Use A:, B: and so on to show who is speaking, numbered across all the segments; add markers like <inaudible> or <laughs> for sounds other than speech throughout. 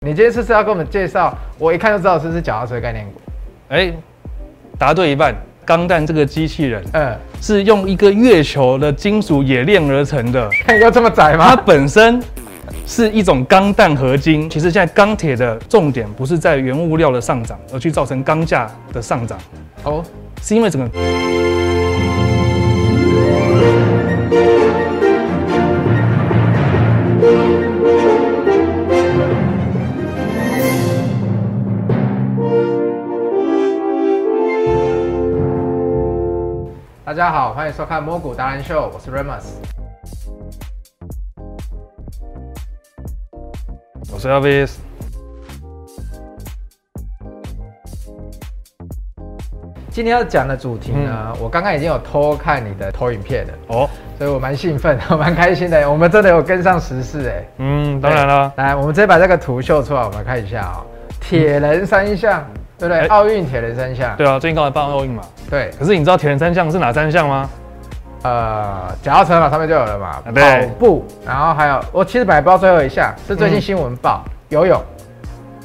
A: 你今天是不是要跟我们介绍？我一看就知道这是脚踏车概念股。
B: 哎，答对一半。钢弹这个机器人
A: 嗯，
B: 是用一个月球的金属冶炼而成的，
A: <laughs> 又这么窄
B: 它
A: 吗？
B: 本身是一种钢弹合金。其实现在钢铁的重点不是在原物料的上涨，而去造成钢价的上涨，
A: 哦，
B: 是因为整个
A: 大家好，欢迎收看《摸骨达人秀》，我是 Remus。
B: 我是 LVS。
A: 今天要讲的主题呢，
B: 嗯
A: 我刚刚已经有偷看你的投影片了，
B: 哦，
A: 所以我蛮兴奋，我蛮开心的。我们真的有跟上时事哎。
B: 嗯，当然啦，
A: 来，我们直接把这个图秀出来，我们看一下啊、铁人三项，对不对？
B: 哎
A: 奥运铁人三项，
B: 对啊，最近刚才办奥运嘛。
A: 对，
B: 可是你知道铁人三项是哪三项吗？
A: 呃，脚踏车嘛，上面就有了嘛，
B: 啊对
A: 跑步，然后还有，我其实本来不知道最后一项，是最近
B: 嗯
A: 新闻报、游泳，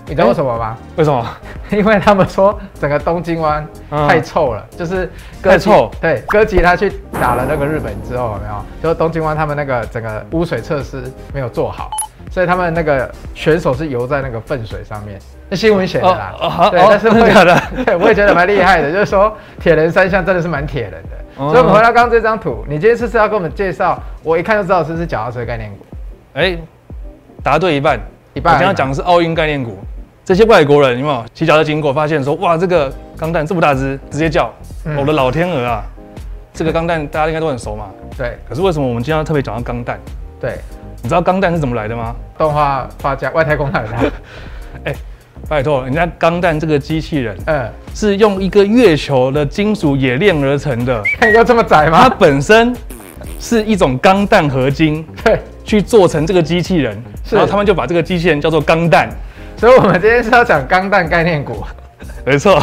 A: 你知道为什么吗？
B: 为什么？
A: 因为他们说整个东京湾
B: 嗯
A: 太臭了，就是
B: 太
A: 吉
B: 臭
A: 对，哥吉拉去打了那个日本之后，有没有？就是东京湾他们那个整个污水测试没有做好，所以他们那个选手是游在那个粪水上面。那新闻写的啦，
B: 哦哦好
A: 对，
B: 哦
A: 但是
B: 真的
A: 会
B: 假的
A: <laughs> 对，我也觉得蛮厉害的，就是说铁人三项真的是蛮铁人的。
B: 哦
A: 所以我们回到刚刚这张图，你今天是不是要跟我们介绍？我一看就知道这是脚踏车概念股，
B: 哎，答对一半。
A: 一
B: 我
A: 半
B: 今天要讲的是奥运概念股。这些外国人有没有骑脚车经过，发现说哇，这个钢弹这么大只，直接叫、
A: 嗯
B: 我的老天鹅啊！这个钢弹大家应该都很熟嘛。
A: 对
B: 可是为什么我们今天要特别讲到钢弹？
A: 对，
B: 你知道钢弹是怎么来的吗？
A: 动画画家外太空啊来
B: <laughs>
A: 的，
B: 拜托，人家钢弹这个机器人
A: 嗯，
B: 是用一个月球的金属冶炼而成的，
A: 又这么窄吗
B: 它？本身是一种钢弹合金
A: <laughs> 对，
B: 去做成这个机器人，
A: 是
B: 然后他们就把这个机器人叫做钢弹，
A: 所以我们今天是要讲钢弹概念股。 <laughs>
B: 没错。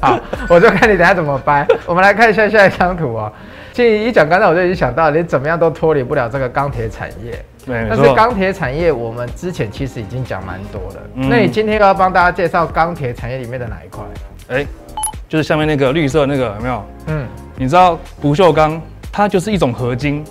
A: 好，我就看你等下怎么掰。 <laughs> 我们来看一下下一张图哦。其实一讲钢弹，我就已经想到你怎么样都脱离不了这个钢铁产业。
B: 对，没
A: 但是
B: 错。
A: 钢铁产业，我们之前其实已经讲蛮多了。
B: 嗯
A: 那你今天又要帮大家介绍钢铁产业里面的哪一块？
B: 哎，就是下面那个绿色那个有没有？
A: 嗯，
B: 你知道不锈钢它就是一种合金，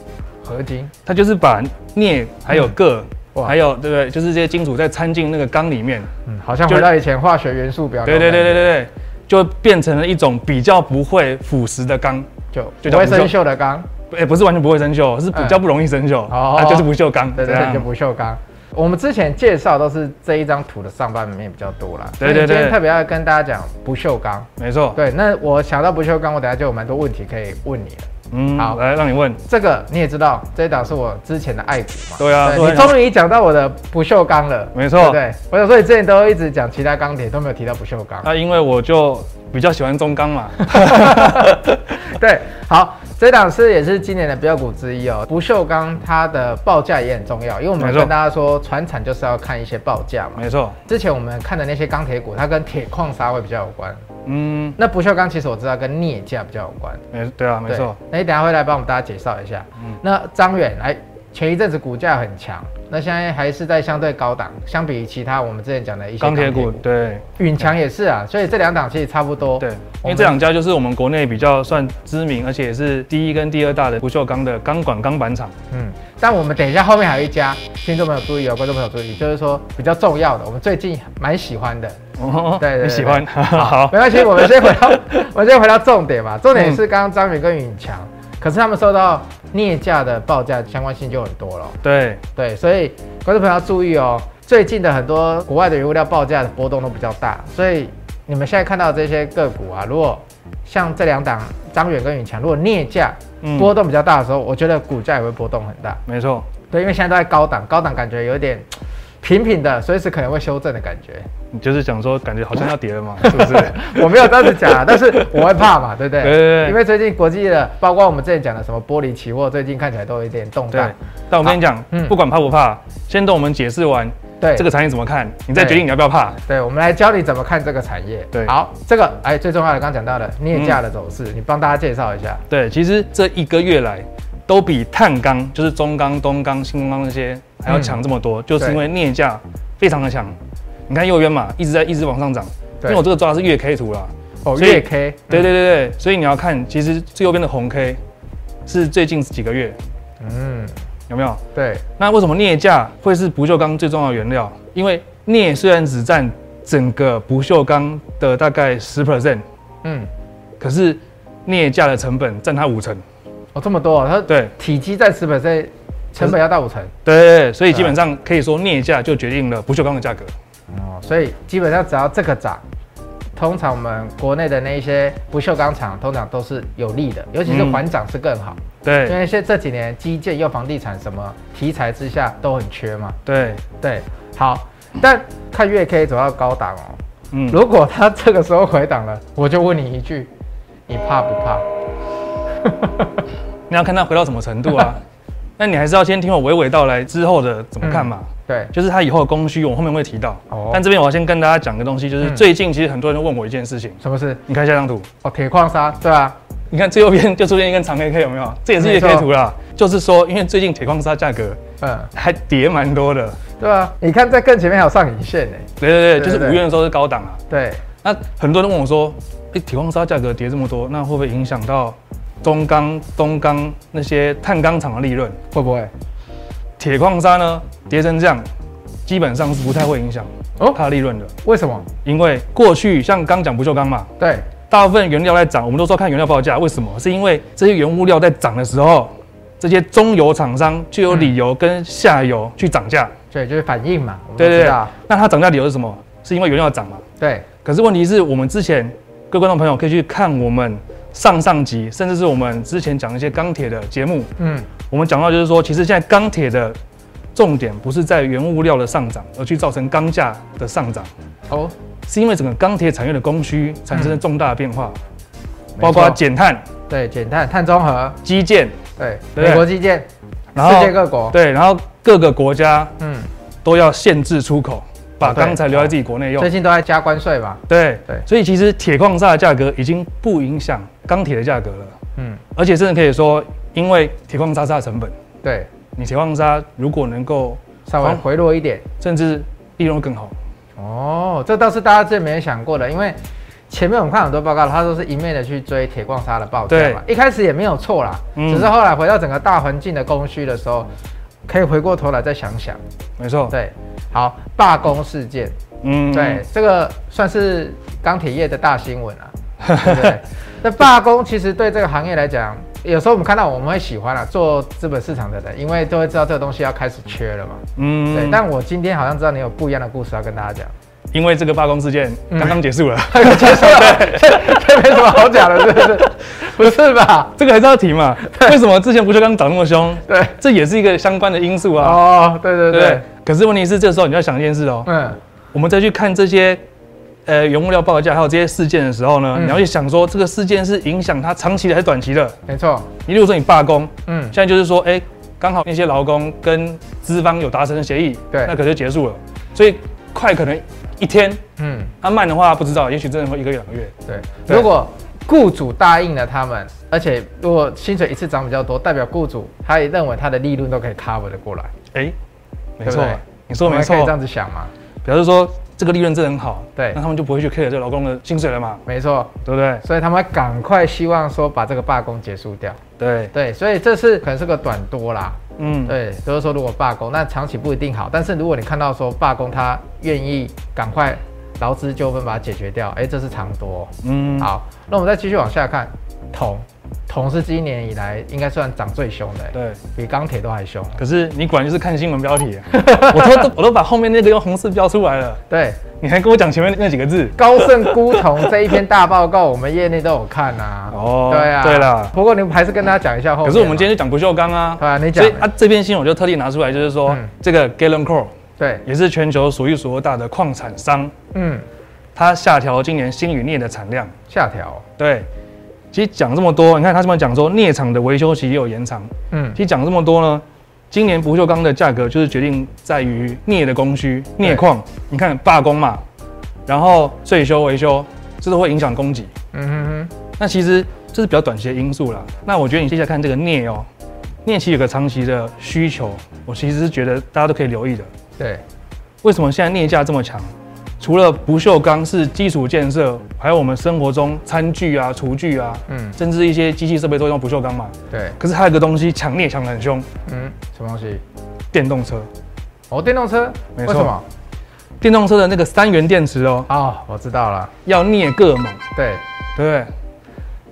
A: 合金。
B: 它就是把镍还有铬，
A: 嗯哇
B: 还有对不对？就是这些金属再掺进那个钢里面，
A: 嗯，好像回到以前化学元素表。
B: 对对对对，对对，就变成了一种比较不会腐蚀的钢。
A: 就
B: 就
A: 不
B: 叫
A: 会
B: 不锈
A: 生锈的钢。
B: 哎、不是完全不会生锈，是比较不容易生锈，
A: 嗯哦
B: 它就是不锈钢。
A: 对对
B: 这
A: 对，
B: 样
A: 就不锈钢。我们之前介绍都是这一张图的上半面比较多啦。
B: 对对对
A: 所以今天特别要跟大家讲不锈钢。
B: 没错。
A: 对，那我想到不锈钢，我等下就有蛮多问题可以问你了。
B: 嗯，
A: 好
B: 来让你问，
A: 这个你也知道，这一档是我之前的爱股嘛。
B: 对啊对啊
A: 你终于讲到我的不锈钢了。
B: 没错
A: 对不对，我想说你之前都一直讲其他钢铁，都没有提到不锈钢。
B: <laughs> 那、啊因为我就比较喜欢中
A: <laughs>
B: 钢嘛，
A: 对，好，这档是也是今年的标股之一哦。不锈钢它的报价也很重要，因为我们
B: 没错
A: 跟大家说，船产就是要看一些报价嘛。
B: 没错。
A: 之前我们看的那些钢铁股，它跟铁矿砂会比较有关。
B: 嗯，
A: 那不锈钢其实我知道跟镍价比较有关。
B: 没对啊，没
A: 对
B: 错。。嗯
A: 那你等一下会来帮我们大家介绍一下。那张远来，前一阵子股价很强，那现在还是在相对高档，相比于其他我们之前讲的一些
B: 钢铁股，，对
A: 允强也是啊，所以这两档其实差不多。
B: 对，
A: 我
B: 哦因为
A: 们
B: 这两家就是我们国内比较算知名，而且也是第一跟第二大的不锈钢的钢管钢板厂。
A: 嗯，但我们等一下后面还有一家，听众朋友注意哦，观众朋友注意，就是说比较重要的，我们最近蛮喜欢的，
B: 哦，
A: 对对对
B: 你喜
A: <laughs>
B: 欢？
A: 好
B: 好
A: 没，关系，我们先回到，
B: <laughs>
A: 我们先回到重点嘛。重
B: 嗯
A: 点是刚刚张宇跟允强，可是他们受到镍价的报价相关性就很多了。
B: 对，
A: 对，所以观众朋友要注意哦，最近的很多国外的原物料报价的波动都比较大，所以你们现在看到这些个股啊，如果像这两档张远跟允强，如果镍价
B: 嗯
A: 波动比较大的时候，我觉得股价也会波动很大。
B: 没错。
A: 对，因为现在都在高档，高档感觉有点平平的，随时可能会修正的感觉。
B: 你就是想说，感觉好像要跌了嘛，是不
A: <laughs>
B: 是？
A: 我没有这样子讲啊，但是我会怕嘛，对不对？
B: 对对对
A: 因为最近国际的，包括我们之前讲的什么玻璃期货，最近看起来都有一点动荡
B: 对。。但我跟你讲
A: 嗯，
B: 不管怕不怕，先等我们解释完
A: 对，
B: 这个产业怎么看，你再决定你要不要怕。
A: 对，我们来教你怎么看这个产业。
B: 对嗯
A: 好，这个哎，最重要的刚讲到的镍价的走势，你帮大家介绍一下。
B: 对，其实这一个月来都比碳钢，就是
A: 嗯
B: 中钢、东钢、新钢那些还要强这么多，就是因为镍价非常的强。你看右边嘛，一直在一直往上涨，因
A: 对
B: 为我这个抓的是月 K 图啦。
A: 哦，
B: 所以
A: 月 K，
B: 对对对对，所以你要看，其实最右边的红 K 是最近几个月
A: 嗯，
B: 有没有？
A: 对，
B: 那为什么镍价会是不锈钢最重要的原料？因为镍虽然只占整个不锈钢的大概十 percent，
A: 嗯，
B: 可是镍价的成本占它五成。
A: 哦，这么多、哦，它
B: 对
A: 体积占十 percent，成本要到五成，
B: 对对对，所以基本上可以说镍价就决定了不锈钢的价格。
A: 哦，所以基本上只要这个涨，通常我们国内的那一些不锈钢厂通常都是有利的，尤其是
B: 嗯
A: 环涨是更好，因
B: 对
A: 为现这几年基建又房地产什么题材之下都很缺嘛，
B: 对，
A: 对，好，但看月 K 走到高档哦，
B: 嗯，
A: <laughs> 如果它这个时候回档了，我就问你一句，你怕不怕？
B: 你要看它回到什么程度啊？那你还是要先听我娓娓道来之后的怎么看嘛。
A: 对，
B: 就是它以后的供需，我后面会提到。
A: 哦
B: 但这边我要先跟大家讲个东西，就是
A: 嗯
B: 最近其实很多人问我一件事情，
A: 什么事？
B: 你看下张图，
A: 哦，铁矿砂，对啊，
B: 你看最右边就出现一根长黑 K，有没有？这也是
A: 没
B: 月
A: 错
B: K 图啦。就是说，因为最近铁矿砂价格
A: 嗯，
B: 还跌蛮多的，
A: 对啊，你看在更前面还有上影线呢，
B: 对对对，
A: 对
B: 就是
A: 对
B: 五月的时候是高档啊。
A: 对，
B: 那很多人问我说，诶，铁矿砂价格跌这么多，那会不会影响到中钢、东钢那些碳钢厂的利润？
A: 会不会？
B: 铁矿砂呢跌成这样，基本上是不太会影响
A: 哦
B: 它的利润的，
A: 为什么？
B: 因为过去像刚讲不锈钢嘛，
A: 对，
B: 大部分原料在涨，我们都说看原料报价，为什么？是因为这些原物料在涨的时候，这些中游厂商就有理由跟下游去涨价。
A: 对，就是反应嘛，我们
B: 对
A: 都
B: 对
A: 知
B: 对
A: 道，
B: 那它涨价理由是什么？是因为原料涨嘛？
A: 对，
B: 可是问题是我们之前各位观众朋友可以去看我们上上集，甚至是我们之前讲一些钢铁的节目，
A: 嗯，
B: 我们讲到就是说，其实现在钢铁的重点不是在原物料的上涨，而去造成钢价的上涨，
A: 哦，
B: 是因为整个钢铁产业的供需产生了重大的变化，包
A: 没错
B: 括减碳、
A: 对减碳、碳中和，
B: 基建，
A: 对，
B: 对
A: 美国基建，
B: 然
A: 世界
B: 后
A: 各国，
B: 对，然后各个国家
A: 嗯，
B: 都要限制出口，把
A: 哦对
B: 钢材留在自己国内用
A: 最。近都在加关税嘛，
B: 对
A: 对
B: 所以其实铁矿砂的价格已经不影响钢铁的价格了。
A: 嗯，
B: 而且甚至可以说，因为铁矿砂是它的成本，
A: 对，
B: 你铁矿砂如果能够，
A: 稍微
B: 好
A: 回落一点。
B: 甚至利润更好，
A: 哦，这倒是大家最没想过的，因为前面我们看很多报告，他都是一面的去追铁矿砂的报价嘛，一开始也没有错啦，
B: 嗯
A: 只是后来回到整个大环境的供需的时候，可以回过头来再想想。
B: 没错，
A: 对，好，罢工事件，
B: 哦嗯
A: 对，，这个算是钢铁业的大新闻啊，对不
B: <laughs>
A: 对？那罢工其实对这个行业来讲，有时候我们看到我们会喜欢啊，做资本市场的人，因为都会知道这个东西要开始缺了嘛。
B: 嗯
A: 对，但我今天好像知道你有不一样的故事要跟大家讲。
B: 因为这个罢工事件
A: 嗯
B: 刚刚
A: <laughs>
B: 结束了，
A: 结束了，这这没什么好讲的，是不是？不是吧？
B: 这个还是要提嘛，为什么之前不锈钢涨那么凶？
A: 对，
B: 这也是一个相关的因素啊，
A: 哦，对对
B: 对
A: 对，
B: 不对。可是问题是，这时候你要想一件事哦，
A: 嗯，
B: 我们再去看这些。呃，原物料报价还有这些事件的时候呢，
A: 嗯
B: 你要去想说这个事件是影响它长期的还是短期的？
A: 没错，
B: 你例如说你罢工，
A: 嗯
B: 现，在就是说，哎、刚好那些劳工跟资方有达成协议，
A: 对
B: 那可就结束了。所以快可能一天，
A: 嗯，
B: 那、慢的话不知道，也许真的会一个月两个月。
A: 对。
B: 对
A: 如果雇主答应了他们，而且如果薪水一次涨比较多，代表雇主他也认为他的利润都可以 cover 的过来，
B: 哎、
A: 对
B: 没
A: 不
B: 错
A: 对，
B: 你说
A: 我
B: 没
A: 们可以这样
B: 错，
A: 子想嘛？
B: 表示说这个利润真的很好，
A: 对
B: 那他们就不会去 care 这个劳工的薪水了嘛，
A: 没错，
B: 对不对？
A: 所以他们赶快希望说把这个罢工结束掉。
B: 对，
A: 对，所以这是可能是个短多啦。
B: 嗯，
A: 对，就是说如果罢工，那长期不一定好。但是如果你看到说罢工，他愿意赶快劳资纠纷把它解决掉，哎，这是长多哦、
B: 嗯，
A: 好，那我们再继续往下看，铜，铜是今年以来应该算涨最凶的，
B: 对。
A: 比钢铁都还凶。
B: 可是你果然就是看新闻标题， <laughs> 我都我都把后面那个用红色标出来了，
A: 对，
B: 你还跟我讲前面那几个字，
A: 高盛估铜这一篇大报告，我们业内都有看啊。
B: 哦
A: 对啊，
B: 对啦
A: 不过你们还是跟大家讲一下后面嘛。啊
B: 可是我们今天就讲不锈钢啊，
A: 哦对啊，你讲
B: 所以啊，这篇新闻我就特地拿出来，就是说、
A: 嗯
B: 这个 Galen Core
A: 对，
B: 也是全球数一数二大的矿产商，
A: 嗯，
B: 它下调今年锌与镍的产量。
A: 下调，
B: 对，其实讲这么多，你看他这边讲说镍厂的维修期也有延长。
A: 嗯
B: 其，实讲这么多呢，今年不锈钢的价格就是决定在于镍的供需，镍矿你看罢工嘛，然后税修维修，这都会影响供给。
A: 嗯哼哼，
B: 那其实这是比较短期的因素啦。那我觉得你接下来看这个镍哦，镍其实有个长期的需求，我其实是觉得大家都可以留意的。
A: 对，
B: 为什么现在镍价这么强？除了不锈钢是基础建设，还有我们生活中餐具啊、厨具啊，
A: 嗯，
B: 甚至一些机器设备都用不锈钢嘛。
A: 对，
B: 可是还有一个东西抢镍抢得很凶，
A: 嗯，什么东西？
B: 电动车。
A: 哦，电动车，
B: 没
A: 为
B: 错
A: 什么？
B: 电动车的那个三元电池哦，
A: 哦，我知道了，
B: 要镍铬锰，
A: 对，
B: 对不对？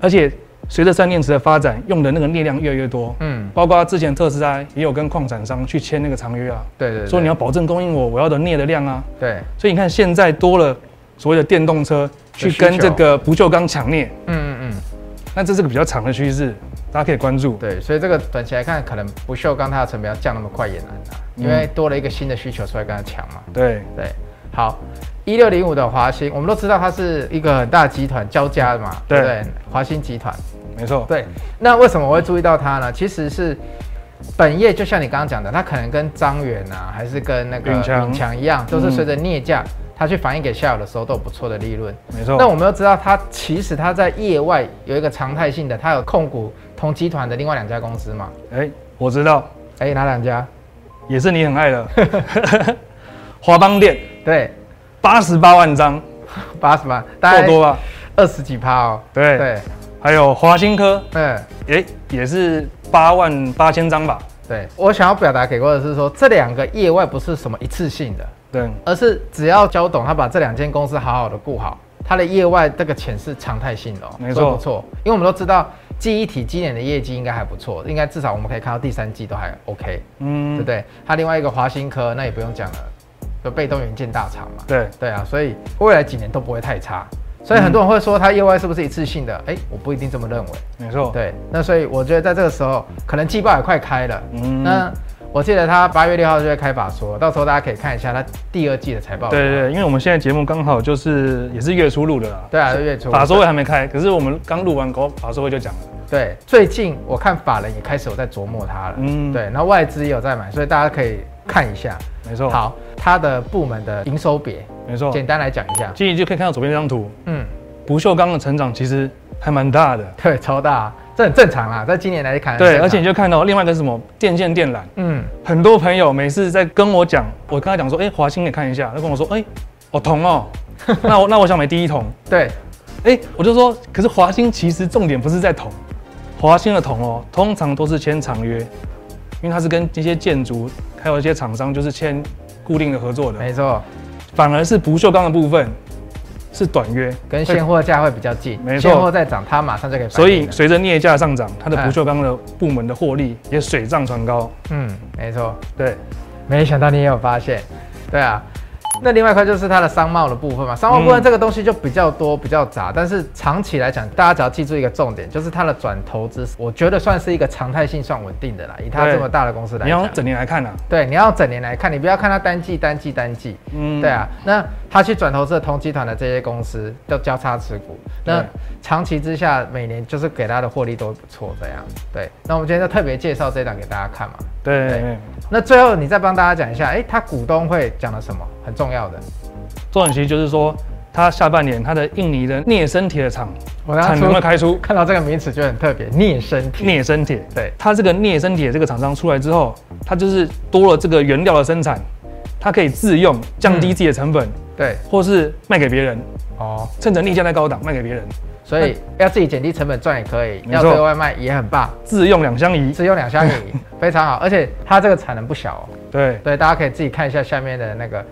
B: 而且随着三电池的发展，用的那个镍量越来越多，
A: 嗯，
B: 包括之前特斯拉也有跟矿产商去签那个长约啊，
A: 对对对，
B: 说你要保证供应我我要的镍的量啊。
A: 对，
B: 所以你看现在多了所谓的电动车去跟这个不锈钢抢镍，
A: 嗯嗯嗯，
B: 那这是个比较长的趋势，大家可以关注。
A: 对，所以这个短期来看，可能不锈钢它的成本要降那么快也难啊，
B: 嗯
A: 因为多了一个新的需求出来跟它抢嘛。
B: 对，
A: 对，好，一六零五的华兴，我们都知道它是一个很大集团交加的嘛，
B: 对
A: 对不对？华兴集团，
B: 没错，
A: 对，那为什么我会注意到它呢？其实是本业就像你刚刚讲的，它可能跟张远啊，还是跟那个
B: 永强嗯
A: 永强一样，都是随着镍价，它去反映给下游的时候都有不错的利润。
B: 没错。
A: 那我们要知道，它其实它在业外有一个常态性的，它有控股同集团的另外两家公司嘛。
B: 哎，我知道，
A: 哎、哪两家？
B: 也是你很爱的， <laughs> 华邦电
A: 对，
B: 八十八万张，
A: 八十八，大
B: 够
A: 概
B: 多吧？
A: 二十几趴哦。
B: 对，
A: 哎对，
B: 还有华新科，
A: 嗯。
B: 哎，也是八万八千张吧？
A: 对我想要表达给各位的是说，这两个业外不是什么一次性的，
B: 对，
A: 而是只要焦董他把这两间公司好好的顾好，他的业外这个钱是常态性的、哦，
B: 没错
A: 所以不错。因为我们都知道记忆体今年的业绩应该还不错，应该至少我们可以看到第三季都还 OK，、对不
B: 嗯，
A: 对？它另外一个华新科那也不用讲了，就被动元件大厂嘛，
B: 对，
A: 对啊，所以未来几年都不会太差。所以很多人会说它业外是不是一次性的？
B: 嗯
A: 哎、我不一定这么认为。
B: 没错，
A: 对，那所以我觉得在这个时候，可能季报也快开了，
B: 嗯
A: 那我记得他八月六号就会开法说，到时候大家可以看一下他第二季的财报。
B: 对对对，因为我们现在节目刚好就是也是月初录的啦，
A: 对啊，月初
B: 法说会还没开，可是我们刚录完，搞法说会就讲了。
A: 对，最近我看法人也开始有在琢磨它了，
B: 嗯
A: 嗯，对，那外资也有在买，所以大家可以看一下。
B: 没错，，
A: 好，它的部门的营收别，
B: 没错。
A: 简单来讲一下，
B: 其实你就可以看到左边这张图，
A: 嗯，
B: 不锈钢的成长其实还蛮大的。
A: 对， <laughs> 超大、这很正常啦，在今年来哎看很
B: 对，
A: 正常，
B: 而且你就看到另外一个是什么电线电缆，
A: 嗯，
B: 很多朋友每次在跟我讲，我跟他讲说，哎、华兴也看一下，他跟我说，哎、我铜哦，那我那我想买第一桶，
A: 对，
B: 哎、我就说，可是华兴其实重点不是在铜，华兴的铜哦，通常都是签长约，因为它是跟一些建筑还有一些厂商就是签固定的合作的，
A: 没错，
B: 反而是不锈钢的部分是短约，
A: 跟现货价会比较近，
B: 没错
A: 现货在涨，它马上就可以反
B: 所
A: 映
B: 以
A: 了，
B: 随着镍价上涨，它的
A: 哎
B: 不锈钢的部门的获利也水涨船高。
A: 嗯，没错。
B: 对，
A: 没想到你也有发现，对啊。那另外一块就是它的商贸的部分嘛，商贸部分
B: 嗯
A: 这个东西就比较多、比较杂，但是长期来讲，大家只要记住一个重点，就是它的转投资，我觉得算是一个常态性算稳定的啦。以它
B: 对
A: 这么大的公司来
B: 你要
A: 讲，
B: 整年来看啊，
A: 对，你要整年来看，你不要看它单季、单季、单季，
B: 嗯
A: 对，啊。那它去转投资的同集团的这些公司都交叉持股，那
B: 对
A: 长期之下每年就是给它的获利都会不错，这样。对，那我们今天就特别介绍这一档给大家看嘛。
B: 对
A: 对，那最后你再帮大家讲一下，哎、他股东会讲了什么很重要的？
B: 重点其实就是说，它下半年它的印尼的镍生铁的厂
A: 我当
B: 产
A: 初
B: 能会
A: <laughs>
B: 开出
A: 看到这个名词就很特别，镍身体。
B: 镍生铁，
A: 对，
B: 它这个镍生铁这个厂商出来之后，它就是多了这个原料的生产，它可以自用，降低自己的成本，
A: 对，
B: 或是卖给别人，
A: 哦，
B: 趁着镍价在高档卖给别人，
A: 所以要自己减低成本赚也可以，
B: 没
A: 要
B: 错
A: 对外卖也很棒，
B: 自用两相宜。
A: 只有两箱
B: <laughs>
A: 米非常好，而且它这个产能不小哦。
B: 对，
A: 对，大家可以自己看一下下面的那个。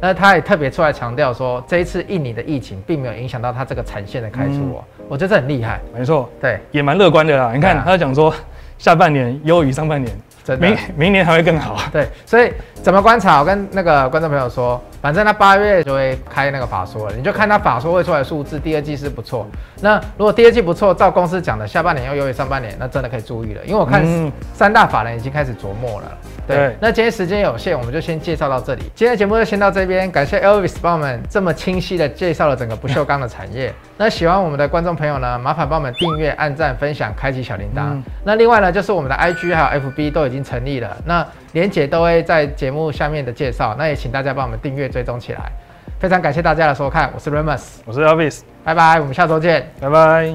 A: 那他也特别出来强调说，这一次印尼的疫情并没有影响到它这个产线的开出哦，
B: 嗯
A: 我觉得这很厉害。
B: 没错，
A: 对，
B: 也蛮乐观的啦。你
A: 对
B: 看，
A: 啊
B: 他讲说下半年优于上半年，
A: 真的啊
B: 明。明年还会更好。
A: 对，所以怎么观察？我跟那个观众朋友说，反正他八月就会开那个法说了，你就看他法说会出来的数字，第二季是不错。那如果第二季不错，照公司讲的，下半年要优于上半年，那真的可以注意了，因为我看
B: 嗯
A: 三大法人已经开始琢磨了。对，
B: 对
A: 那今天时间有限，我们就先介绍到这里。今天的节目就先到这边，感谢 Elvis 帮我们这么清晰的介绍了整个不锈钢的产业。那喜欢我们的观众朋友呢，麻烦帮我们订阅、按赞、分享、开启小铃铛。
B: 嗯
A: 那另外呢，就是我们的 IG 还有 FB 都已经成立了，那连姐都会在节目下面的介绍，那也请大家帮我们订阅追踪起来。非常感谢大家的收看，我是 Remus，
B: 我是 Elvis，
A: 拜拜，我们下周见。
B: 拜拜。